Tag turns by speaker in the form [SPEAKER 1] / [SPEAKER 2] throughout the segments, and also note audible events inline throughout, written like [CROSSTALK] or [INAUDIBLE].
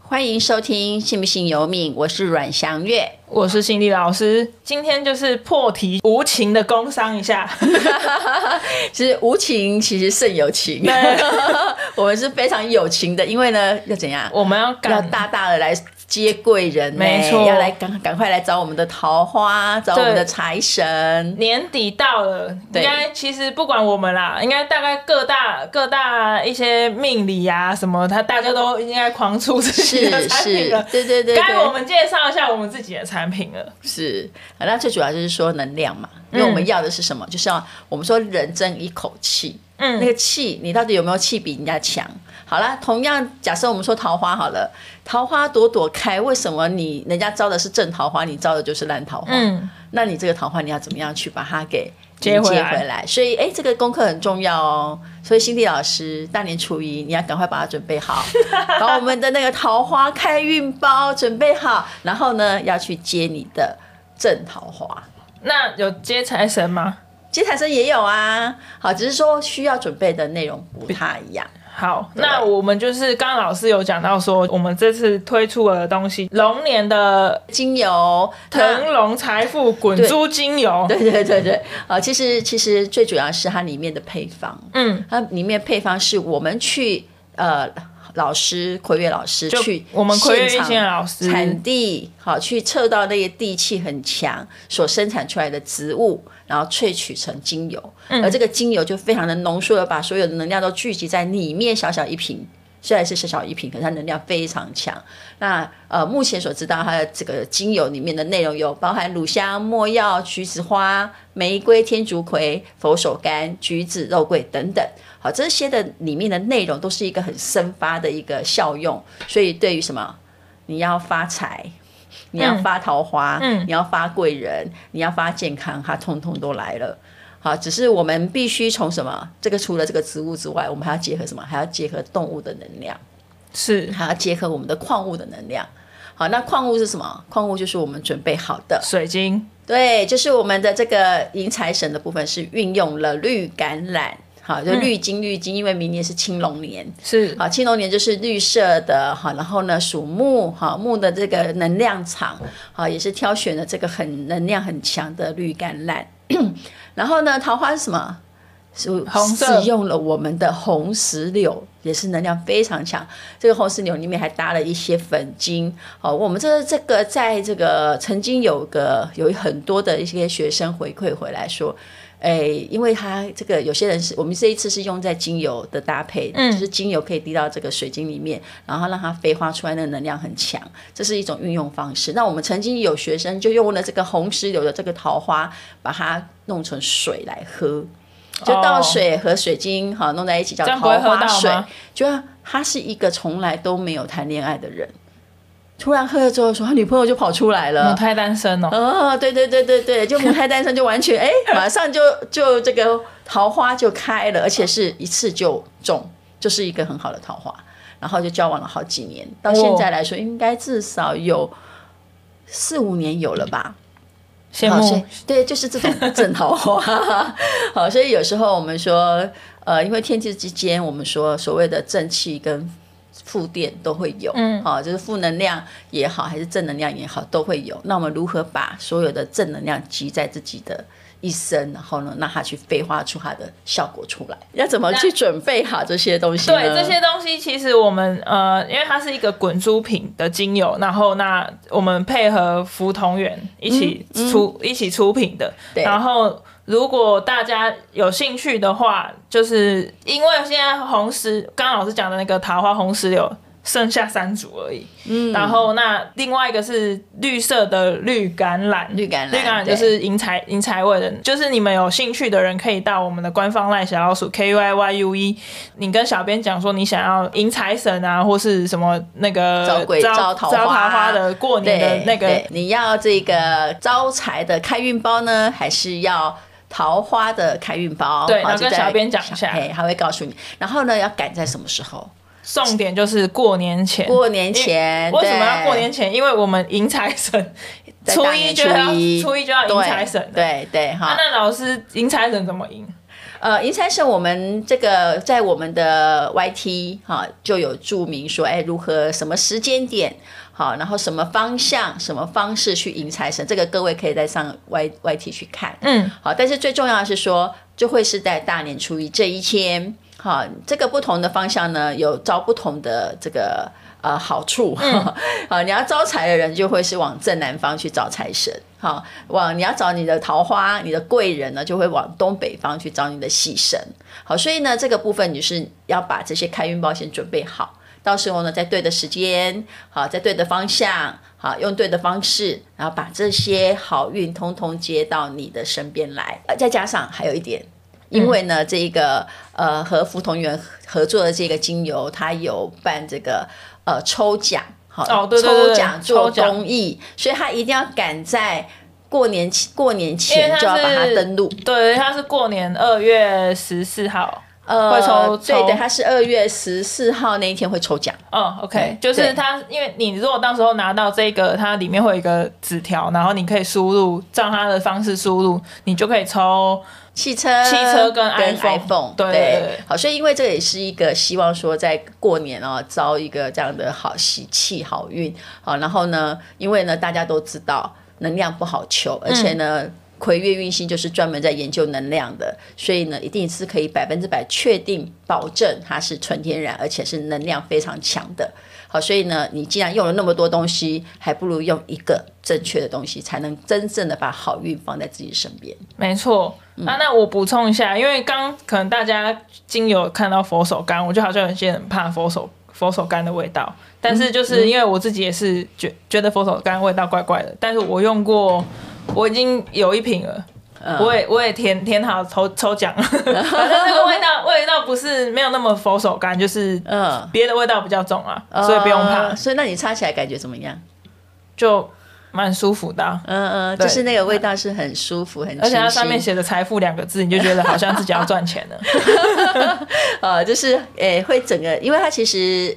[SPEAKER 1] 欢迎收听《信不信由命》，我是阮祥月。
[SPEAKER 2] 我是心理老师，今天就是破题，无情的工伤
[SPEAKER 1] [LAUGHS]
[SPEAKER 2] 一下。
[SPEAKER 1] 其实无情其实胜有情， [LAUGHS] 我们是非常有情的，因为呢要怎样，
[SPEAKER 2] 我们要
[SPEAKER 1] 要
[SPEAKER 2] 赶
[SPEAKER 1] 大大的来接贵人呢、
[SPEAKER 2] 没错
[SPEAKER 1] 要来赶赶快来找我们的桃花，找我们
[SPEAKER 2] 对
[SPEAKER 1] 的财神。
[SPEAKER 2] 年底到了，
[SPEAKER 1] 对
[SPEAKER 2] 应该其实不管我们啦，应该大概各大各大一些命理呀、什么，他大家都应该狂出自己 [LAUGHS]
[SPEAKER 1] 是
[SPEAKER 2] 的产
[SPEAKER 1] 是
[SPEAKER 2] 品了，。
[SPEAKER 1] 对对对对
[SPEAKER 2] 该，我们介绍一下我们自己的产品了。
[SPEAKER 1] 是。好那最主要就是说能量嘛，因为
[SPEAKER 2] 嗯
[SPEAKER 1] 我们要的是什么？就是要我们说人争一口气。那
[SPEAKER 2] 嗯，
[SPEAKER 1] 个气，你到底有没有气比人家强？好啦，同样假设我们说桃花好了，桃花朵朵开，为什么你人家招的是正桃花，你招的就是烂桃花？
[SPEAKER 2] 嗯，
[SPEAKER 1] 那你这个桃花你要怎么样去把它给
[SPEAKER 2] 接回来
[SPEAKER 1] 迎所以，哎，这个功课很重要哦。所以，心地老师大年初一你要赶快把它准备
[SPEAKER 2] [LAUGHS]
[SPEAKER 1] 好，把我们的那个桃花开运包准备好，然后呢要去接你的正桃花。
[SPEAKER 2] 那有接财神吗？
[SPEAKER 1] 接财神也有啊，好，只是说需要准备的内容不太一样。
[SPEAKER 2] 好，那我们就是刚刚老师有讲到说，我们这次推出的东西，龙年的
[SPEAKER 1] 精油那
[SPEAKER 2] 腾龙财富滚珠精油，
[SPEAKER 1] [LAUGHS] 对对对对，啊，其实其实最主要是它里面的配方，
[SPEAKER 2] 嗯，
[SPEAKER 1] 它里面配方是我们去呃老师葵月老师
[SPEAKER 2] 就
[SPEAKER 1] 去
[SPEAKER 2] 我们葵月
[SPEAKER 1] 现
[SPEAKER 2] 一
[SPEAKER 1] 场
[SPEAKER 2] 线老师
[SPEAKER 1] 产地好去测到那个地气很强所生产出来的植物，然后萃取成精油，
[SPEAKER 2] 嗯
[SPEAKER 1] 而这个精油就非常的浓缩的把所有的能量都聚集在里面小小一瓶。虽然是小小一瓶，可是它能量非常强。那呃，目前所知道它的这个精油里面的内容有包含乳香、没药、橘子花、玫瑰、天竺葵、佛手柑、橘子、肉桂等等。好，这些的里面的内容都是一个很生发的一个效用，所以对于什么你要发财，你要发桃花，你要发贵人，你要发健康，它通通都来了。好，只是我们必须从什么？这个除了这个植物之外，我们还要结合什么？还要结合动物的能量，
[SPEAKER 2] 是
[SPEAKER 1] 还要结合我们的矿物的能量。好，那矿物是什么？矿物就是我们准备好的，
[SPEAKER 2] 水晶，
[SPEAKER 1] 对，就是我们的这个迎财神的部分是运用了绿橄榄，好，就绿金绿金，因为明年是青龙年，
[SPEAKER 2] 是
[SPEAKER 1] 好，啊青龙年就是绿色的，好，然后呢属木，好木的这个能量场，好也是挑选了这个很能量很强的绿橄榄， [CLEARS THROAT] 然后呢桃花是什么？是
[SPEAKER 2] 红色
[SPEAKER 1] 使用了我们的红石榴，也是能量非常强。这个红石榴里面还搭了一些粉晶。好，我们这这个在这个曾经有个有很多的一些学生回馈回来说，诶，哎因为它这个有些人是我们这一次是用在精油的搭配，
[SPEAKER 2] 嗯
[SPEAKER 1] 就是精油可以滴到这个水晶里面，然后让它飞花出来，那个能量很强，这是一种运用方式。那我们曾经有学生就用了这个红石榴的这个桃花，把它弄成水来喝。就倒水和水晶哈弄在一起叫
[SPEAKER 2] 哦这样不
[SPEAKER 1] 桃
[SPEAKER 2] 会喝
[SPEAKER 1] 花
[SPEAKER 2] 到
[SPEAKER 1] 水
[SPEAKER 2] 吗，
[SPEAKER 1] 就他是一个从来都没有谈恋爱的人，突然喝了之后说他女朋友就跑出来了
[SPEAKER 2] 母，胎单身哦。
[SPEAKER 1] 哦，对对对对对，就母胎单身就完全哎，马上就就这个桃花就开了，而且是一次就中，就是一个很好的桃花。然后就交往了好几年，到现在来说，应该至少有四五年有了吧。
[SPEAKER 2] 羡
[SPEAKER 1] 好，所以
[SPEAKER 2] 慕，
[SPEAKER 1] 对，就是这种
[SPEAKER 2] [LAUGHS]
[SPEAKER 1] 正桃花。 [LAUGHS] 好，所以有时候我们说，呃，因为天气之间，我们说所谓的正气跟负电都会有，嗯，好、就是负能量也好，还是正能量也好，都会有。那我们如何把所有的正能量集在自己的？一生，然后呢，让它去飞花出它的效果出来，要怎么去准备好这些东西呢？
[SPEAKER 2] 对这些东西，其实我们呃，因为它是一个滚珠瓶的精油，然后那我们配合福同源一起出、一起出品的。
[SPEAKER 1] 嗯对
[SPEAKER 2] 然后如果大家有兴趣的话，就是因为现在红石，刚刚老师讲的那个桃花红石榴。剩下三组而已，嗯，然后那另外一个是绿色的绿橄榄，
[SPEAKER 1] 绿橄榄
[SPEAKER 2] 绿橄榄就
[SPEAKER 1] 对
[SPEAKER 2] 是迎财迎财位的，就是你们有兴趣的人可以到我们的官方赖小老鼠 K U I Y U E，你跟小编讲说你想要迎财神啊，或是什么那个
[SPEAKER 1] 招鬼招桃花
[SPEAKER 2] 花的过年的
[SPEAKER 1] 对
[SPEAKER 2] 那个
[SPEAKER 1] 对你要这个招财的开运包呢，还是要？桃花的开运包，
[SPEAKER 2] 对
[SPEAKER 1] 好
[SPEAKER 2] 然后跟
[SPEAKER 1] 就在
[SPEAKER 2] 小编讲一下
[SPEAKER 1] 嘿，他会告诉你。然后呢，要赶在什么时候？
[SPEAKER 2] 重点就是过年前。
[SPEAKER 1] 过年前。
[SPEAKER 2] 为什么要
[SPEAKER 1] 对
[SPEAKER 2] 过年？前？因为我们迎财神
[SPEAKER 1] 在
[SPEAKER 2] 初
[SPEAKER 1] 大
[SPEAKER 2] 一
[SPEAKER 1] 年
[SPEAKER 2] 就要
[SPEAKER 1] 初一，
[SPEAKER 2] 初一就要迎
[SPEAKER 1] 对
[SPEAKER 2] 财神了。 [LAUGHS]
[SPEAKER 1] 对对
[SPEAKER 2] 啊
[SPEAKER 1] 哈。
[SPEAKER 2] 那老师迎财神怎么迎？
[SPEAKER 1] 呃，银山社我们这个在我们的 YT 哈、就有注明说，哎，如何什么时间点。好，然后什么方向、什么方式去迎财神，这个各位可以在上 Y Y T 去看。
[SPEAKER 2] 嗯，
[SPEAKER 1] 好，但是最重要的是说，就会是在大年初一这一天，好，这个不同的方向呢，有招不同的这个呃好处。 [LAUGHS] 好，你要招财的人就会是往正南方去找财神，好，往你要找你的桃花、你的贵人呢，就会往东北方去找你的喜神。好，所以呢，这个部分你是要把这些开运包先准备好。到时候呢，在对的时间，好，在对的方向，好，用对的方式，然后把这些好运通通接到你的身边来。呃，再加上还有一点，因为呢，这一个呃和福同源合作的这个精油，它有办这个呃抽奖，好，
[SPEAKER 2] 哦对对对
[SPEAKER 1] 抽
[SPEAKER 2] 对
[SPEAKER 1] 奖
[SPEAKER 2] 抽
[SPEAKER 1] 做
[SPEAKER 2] 奖
[SPEAKER 1] 公益，所以它一定要赶在过年前过年
[SPEAKER 2] 因为
[SPEAKER 1] 前
[SPEAKER 2] 它
[SPEAKER 1] 就要把它
[SPEAKER 2] 是
[SPEAKER 1] 登录。
[SPEAKER 2] 对，它是过年二月十四号。
[SPEAKER 1] 呃，
[SPEAKER 2] 会抽
[SPEAKER 1] 对
[SPEAKER 2] 抽
[SPEAKER 1] 的，它是二月十四号那一天会抽奖。
[SPEAKER 2] 哦，OK，
[SPEAKER 1] 对
[SPEAKER 2] 就是它，因为你如果到时候拿到这个，它里面会有一个纸条，然后你可以输入，照它的方式输入，你就可以抽。
[SPEAKER 1] 汽车、
[SPEAKER 2] 汽车跟 iPhone
[SPEAKER 1] iPhone，
[SPEAKER 2] 对
[SPEAKER 1] 好，所以因为这也是一个希望说在过年哦招一个这样的好喜气、好运，好，然后呢，因为呢大家都知道能量不好求，而且呢。
[SPEAKER 2] 嗯
[SPEAKER 1] 魁月运星就是专门在研究能量的，所以呢，一定是可以百分之百确定保证它是纯天然，而且是能量非常强的。好，所以呢，你既然用了那么多东西，还不如用一个正确的东西，才能真正的把好运放在自己身边。
[SPEAKER 2] 没错，
[SPEAKER 1] 嗯
[SPEAKER 2] 啊，那我补充一下，因为刚可能大家经有看到佛手柑，我就好像有些人怕佛手佛手柑的味道，但
[SPEAKER 1] 嗯
[SPEAKER 2] 是就是因为我自己也是觉觉得佛手柑味道怪怪的，但是我用过，我已经有一瓶了。
[SPEAKER 1] 嗯
[SPEAKER 2] 我也我也填填好抽
[SPEAKER 1] [LAUGHS]
[SPEAKER 2] 抽奖了，反正这个味道味道不是没有那么佛手柑，就是
[SPEAKER 1] 嗯，
[SPEAKER 2] 别的味道比较重啊，所以不用怕
[SPEAKER 1] 呃，所以那你擦起来感觉怎么样？
[SPEAKER 2] 就蛮舒服的啊、
[SPEAKER 1] 嗯嗯，
[SPEAKER 2] 对
[SPEAKER 1] 就是那个味道是很舒服，很
[SPEAKER 2] 而且它
[SPEAKER 1] 清新
[SPEAKER 2] 上面写的“财富”两个字，你就觉得好像自己要赚钱了。
[SPEAKER 1] 呃，就是诶、会整个，因为它其实。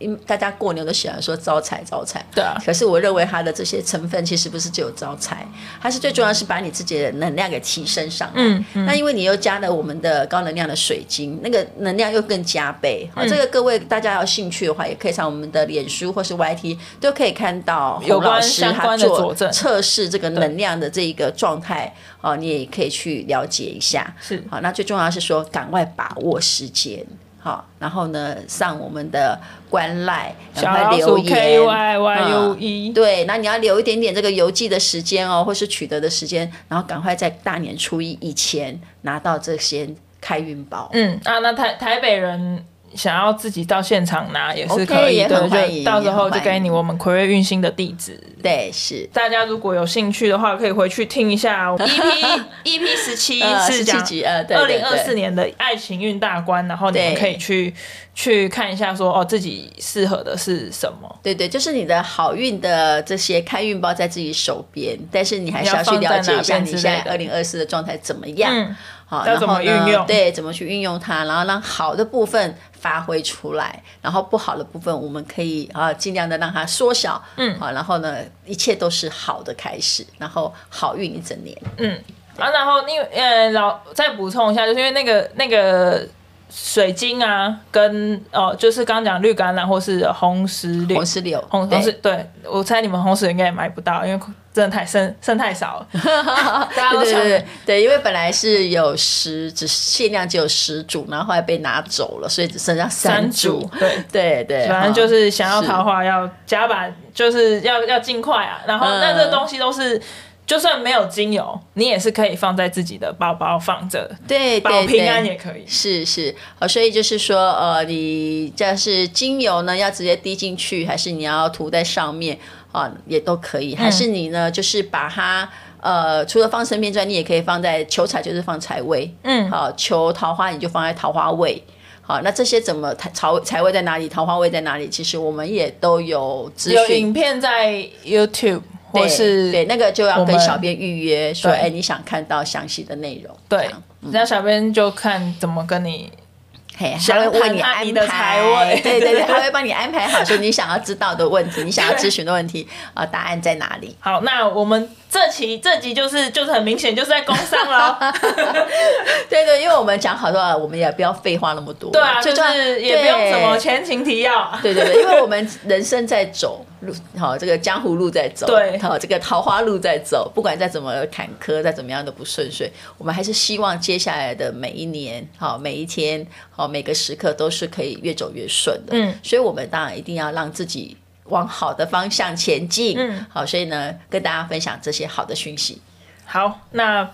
[SPEAKER 1] 因大家过年都喜欢说招财招财，
[SPEAKER 2] 对啊
[SPEAKER 1] 可是我认为它的这些成分其实不是只有招财，它是最重要是把你自己的能量给提升上来。
[SPEAKER 2] 嗯嗯
[SPEAKER 1] 那因为你又加了我们的高能量的水晶，那个能量又更加倍。
[SPEAKER 2] 嗯
[SPEAKER 1] 好，这个各位大家有兴趣的话，也可以上我们的脸书或是 YT 都可以看到
[SPEAKER 2] 有
[SPEAKER 1] 洪老
[SPEAKER 2] 关
[SPEAKER 1] 师
[SPEAKER 2] 相
[SPEAKER 1] 他
[SPEAKER 2] 关的
[SPEAKER 1] 做
[SPEAKER 2] 佐证
[SPEAKER 1] 测试这个能量的这一个状态，哦，你也可以去了解一下。
[SPEAKER 2] 是
[SPEAKER 1] 好，那最重要的是说赶快把握时间。好，然后呢，上我们的官赖，
[SPEAKER 2] 小
[SPEAKER 1] 赶
[SPEAKER 2] 老
[SPEAKER 1] 快留
[SPEAKER 2] 鼠 K
[SPEAKER 1] 言。
[SPEAKER 2] Y Y U
[SPEAKER 1] 嗯
[SPEAKER 2] E，
[SPEAKER 1] 对，那你要留一点点这个邮寄的时间哦，或是取得的时间，然后赶快在大年初一以前拿到这些开运包。
[SPEAKER 2] 嗯啊，那台台北人想要自己到现场拿也是
[SPEAKER 1] OK，
[SPEAKER 2] 可以
[SPEAKER 1] 也
[SPEAKER 2] 的，
[SPEAKER 1] 很欢
[SPEAKER 2] 就
[SPEAKER 1] 迎
[SPEAKER 2] 到时候
[SPEAKER 1] 也很
[SPEAKER 2] 就给
[SPEAKER 1] 欢
[SPEAKER 2] 你
[SPEAKER 1] 迎
[SPEAKER 2] 我们葵瑞运星的地址。
[SPEAKER 1] 对，是。
[SPEAKER 2] 大家如果有兴趣的话，可以回去听一下哦 E
[SPEAKER 1] [LAUGHS]
[SPEAKER 2] EP EP 十七
[SPEAKER 1] 呃
[SPEAKER 2] 是讲
[SPEAKER 1] 17集呃对
[SPEAKER 2] 二
[SPEAKER 1] 对
[SPEAKER 2] 零
[SPEAKER 1] 对
[SPEAKER 2] 二四年的爱情运大观，然后你们
[SPEAKER 1] 对
[SPEAKER 2] 可以去去看一下说，哦自己适合的是什么。
[SPEAKER 1] 对对，就是你的好运的这些开运包在自己手边，但是你还是要去了解一下你现在二零二四的状态怎么样，
[SPEAKER 2] 嗯
[SPEAKER 1] 好，
[SPEAKER 2] 要
[SPEAKER 1] 啊然
[SPEAKER 2] 怎
[SPEAKER 1] 后
[SPEAKER 2] 么运
[SPEAKER 1] 呢
[SPEAKER 2] 用，
[SPEAKER 1] 对，怎么去运用它，然后让好的部分发挥出来，然后不好的部分我们可以啊尽量的让它缩小，嗯，好，然后呢，一切都是好的开始，然后好运一整年，
[SPEAKER 2] 啊，然后因为呃，老再补充一下，就是因为那个那个水晶啊，跟哦、就是刚讲绿橄榄或是红石榴
[SPEAKER 1] 红，石榴，
[SPEAKER 2] 红
[SPEAKER 1] 对
[SPEAKER 2] 红石，对我猜你们红石榴应该也买不到，因为真的太剩剩太少了。大家都
[SPEAKER 1] 对
[SPEAKER 2] 想
[SPEAKER 1] 对对对，因为本来是有十，只限量只有十组，然后后来被拿走了，所以只剩下
[SPEAKER 2] 三
[SPEAKER 1] 组
[SPEAKER 2] 组，，对。
[SPEAKER 1] [LAUGHS] 对对，
[SPEAKER 2] 反正
[SPEAKER 1] 哈
[SPEAKER 2] 就是想要桃花要加把，就是要要尽快啊。然后，
[SPEAKER 1] 嗯
[SPEAKER 2] 那这东西都是，就算没有精油，你也是可以放在自己的包包放着，
[SPEAKER 1] 对
[SPEAKER 2] 保
[SPEAKER 1] 对
[SPEAKER 2] 平安
[SPEAKER 1] 对
[SPEAKER 2] 也可以。
[SPEAKER 1] 是是，好，所以就是说，呃，你这是精油呢，要直接滴进去，还是你要涂在上面啊、也都可
[SPEAKER 2] 嗯
[SPEAKER 1] 以，还是你呢，就是把它。呃，除了放身边之外，你也可以放在求财，就是放财位，
[SPEAKER 2] 嗯
[SPEAKER 1] 好、求桃花你就放在桃花位，好、那这些怎么财财财位在哪里，桃花位在哪里？其实我们也都有资
[SPEAKER 2] 有
[SPEAKER 1] 讯
[SPEAKER 2] 影片在 YouTube 或
[SPEAKER 1] 对
[SPEAKER 2] 是
[SPEAKER 1] 对那个就要
[SPEAKER 2] 我
[SPEAKER 1] 跟
[SPEAKER 2] 们
[SPEAKER 1] 小编预约，说
[SPEAKER 2] 对
[SPEAKER 1] 哎，你想看到详细的内容，这
[SPEAKER 2] 对
[SPEAKER 1] 样，
[SPEAKER 2] 那小编就看怎么跟你。
[SPEAKER 1] 嘿，
[SPEAKER 2] 详
[SPEAKER 1] 他会
[SPEAKER 2] 谈
[SPEAKER 1] 为你
[SPEAKER 2] 他
[SPEAKER 1] 安
[SPEAKER 2] 你的
[SPEAKER 1] 排，
[SPEAKER 2] 财位
[SPEAKER 1] [LAUGHS] 对对对，他会帮你安呃排好，说你想要知道的问题，你想要咨询的问题啊、答案在哪里？
[SPEAKER 2] 好，那我们这期这集就是就是很明显就是在工商了，
[SPEAKER 1] [LAUGHS] 对对，因为我们讲好多啊了，我们也不要废话那么多。
[SPEAKER 2] 对啊，
[SPEAKER 1] 最
[SPEAKER 2] 就
[SPEAKER 1] 重要
[SPEAKER 2] 是也不用什么
[SPEAKER 1] 对
[SPEAKER 2] 前情提要 [LAUGHS] 啊，
[SPEAKER 1] 对对对，因为我们人生在走路，好这个江湖路在走，
[SPEAKER 2] 对
[SPEAKER 1] 好这个桃花路在走，不管再怎么坎坷，再怎么样的不顺遂，我们还是希望接下来的每一年，好每一天，好每个时刻都是可以越走越顺的。
[SPEAKER 2] 嗯，
[SPEAKER 1] 所以我们当然一定要让自己往好的方向前进。
[SPEAKER 2] 嗯，
[SPEAKER 1] 好，所以呢，跟大家分享这些好的讯息。
[SPEAKER 2] 好，那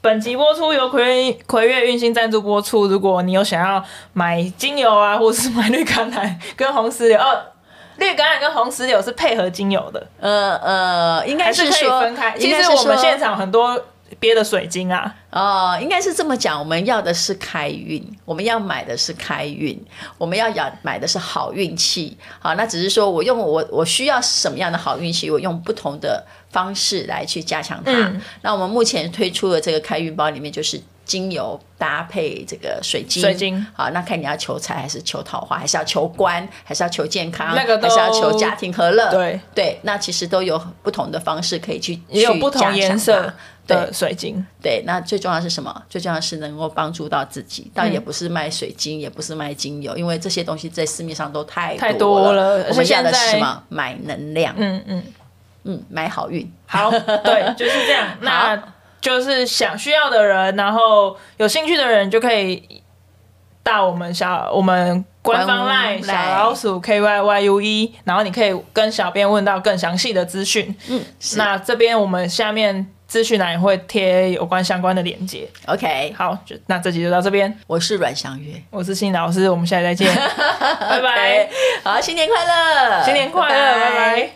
[SPEAKER 2] 本集播出由葵月葵月运星赞助播出。如果你有想要买精油啊，或是买绿橄榄跟红石榴，哦，绿橄榄跟红石榴是配合精油的，
[SPEAKER 1] 呃呃，应该
[SPEAKER 2] 还是可以
[SPEAKER 1] 说，
[SPEAKER 2] 分开。
[SPEAKER 1] 应
[SPEAKER 2] 其
[SPEAKER 1] 该
[SPEAKER 2] 实
[SPEAKER 1] 是
[SPEAKER 2] 我们
[SPEAKER 1] 说
[SPEAKER 2] 现场很多别的水晶啊，
[SPEAKER 1] 哦，应该是这么讲，我们要的是开运，我们要买的是开运，我们要要买的是好运气。好，那只是说我用我我需要什么样的好运气，我用不同的方式来去加强它。
[SPEAKER 2] 嗯
[SPEAKER 1] 那我们目前推出的这个开运包里面就是。精油搭配这个水晶，
[SPEAKER 2] 水晶
[SPEAKER 1] 好，那看你要求财还是求桃花，还是要求官，还是要求健康，
[SPEAKER 2] 那个
[SPEAKER 1] 还是要
[SPEAKER 2] 都
[SPEAKER 1] 求家庭和乐，
[SPEAKER 2] 对，
[SPEAKER 1] 对，那其实都有不同的方式可以去，
[SPEAKER 2] 也有
[SPEAKER 1] 去
[SPEAKER 2] 不
[SPEAKER 1] 加
[SPEAKER 2] 同
[SPEAKER 1] 强
[SPEAKER 2] 颜
[SPEAKER 1] 它
[SPEAKER 2] 色的水晶。
[SPEAKER 1] 对，那最重要是什么？最重要是能够帮助到自己，但
[SPEAKER 2] 嗯
[SPEAKER 1] 也不是卖水晶，也不是卖精油，因为这些东西在市面上都太
[SPEAKER 2] 太
[SPEAKER 1] 多
[SPEAKER 2] 多了
[SPEAKER 1] 我
[SPEAKER 2] 而
[SPEAKER 1] 们
[SPEAKER 2] 且
[SPEAKER 1] 要的是
[SPEAKER 2] 现在
[SPEAKER 1] 什么？买能量，
[SPEAKER 2] 嗯嗯，
[SPEAKER 1] 嗯，买好运。
[SPEAKER 2] 好，对，就是这样。那就是想需要的人，然后有兴趣的人就可以到我们小我们官方
[SPEAKER 1] 官
[SPEAKER 2] line
[SPEAKER 1] 方
[SPEAKER 2] 小
[SPEAKER 1] LINE
[SPEAKER 2] 老鼠 K Y Y U 一，然后你可以跟小编问到更详细的资讯。
[SPEAKER 1] [LAUGHS] 嗯，是
[SPEAKER 2] 那这边我们下面资讯栏也会贴有关相关的链接。
[SPEAKER 1] OK。
[SPEAKER 2] 好，就那这集就到这边，
[SPEAKER 1] 我是阮祥月，
[SPEAKER 2] 我是
[SPEAKER 1] [LAUGHS]
[SPEAKER 2] 新老师，我们下期再见，拜拜
[SPEAKER 1] OK，，好，新年快乐，
[SPEAKER 2] 新年快乐，拜拜